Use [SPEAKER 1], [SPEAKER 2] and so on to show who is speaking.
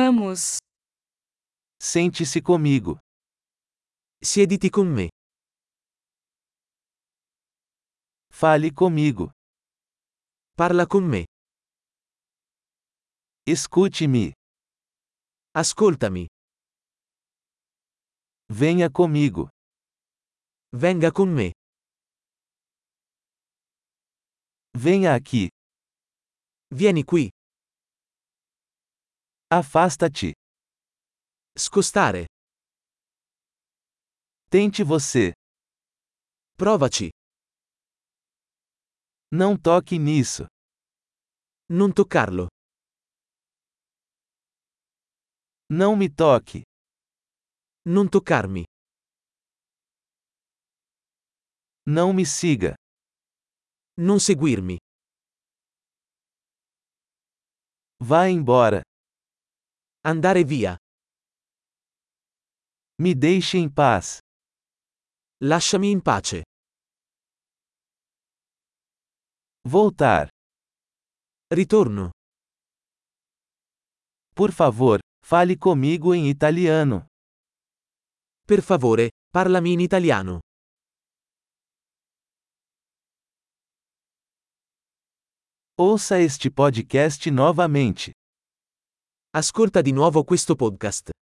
[SPEAKER 1] Vamos.
[SPEAKER 2] Sente-se comigo.
[SPEAKER 3] Siediti con me.
[SPEAKER 2] Fale comigo.
[SPEAKER 3] Parla con me.
[SPEAKER 2] Escute-me.
[SPEAKER 3] Ascoltami.
[SPEAKER 2] Venha comigo.
[SPEAKER 3] Venga con me.
[SPEAKER 2] Venha aqui.
[SPEAKER 3] Vieni qui.
[SPEAKER 2] Afasta-te.
[SPEAKER 3] Scostare.
[SPEAKER 2] Tente você.
[SPEAKER 3] Provaci.
[SPEAKER 2] Não toque nisso.
[SPEAKER 3] Non toccarlo.
[SPEAKER 2] Não me toque.
[SPEAKER 3] Non toccarmi.
[SPEAKER 2] Não me siga.
[SPEAKER 3] Non seguirmi.
[SPEAKER 2] Vá embora. é
[SPEAKER 3] Andare via.
[SPEAKER 2] Me deixe em paz.
[SPEAKER 3] Lasciami in pace.
[SPEAKER 2] Voltar.
[SPEAKER 3] Ritorno.
[SPEAKER 2] Por favor, fale comigo em italiano.
[SPEAKER 3] Per favore, parlami in italiano.
[SPEAKER 2] Ouça este podcast novamente.
[SPEAKER 3] Ascolta di nuovo questo podcast.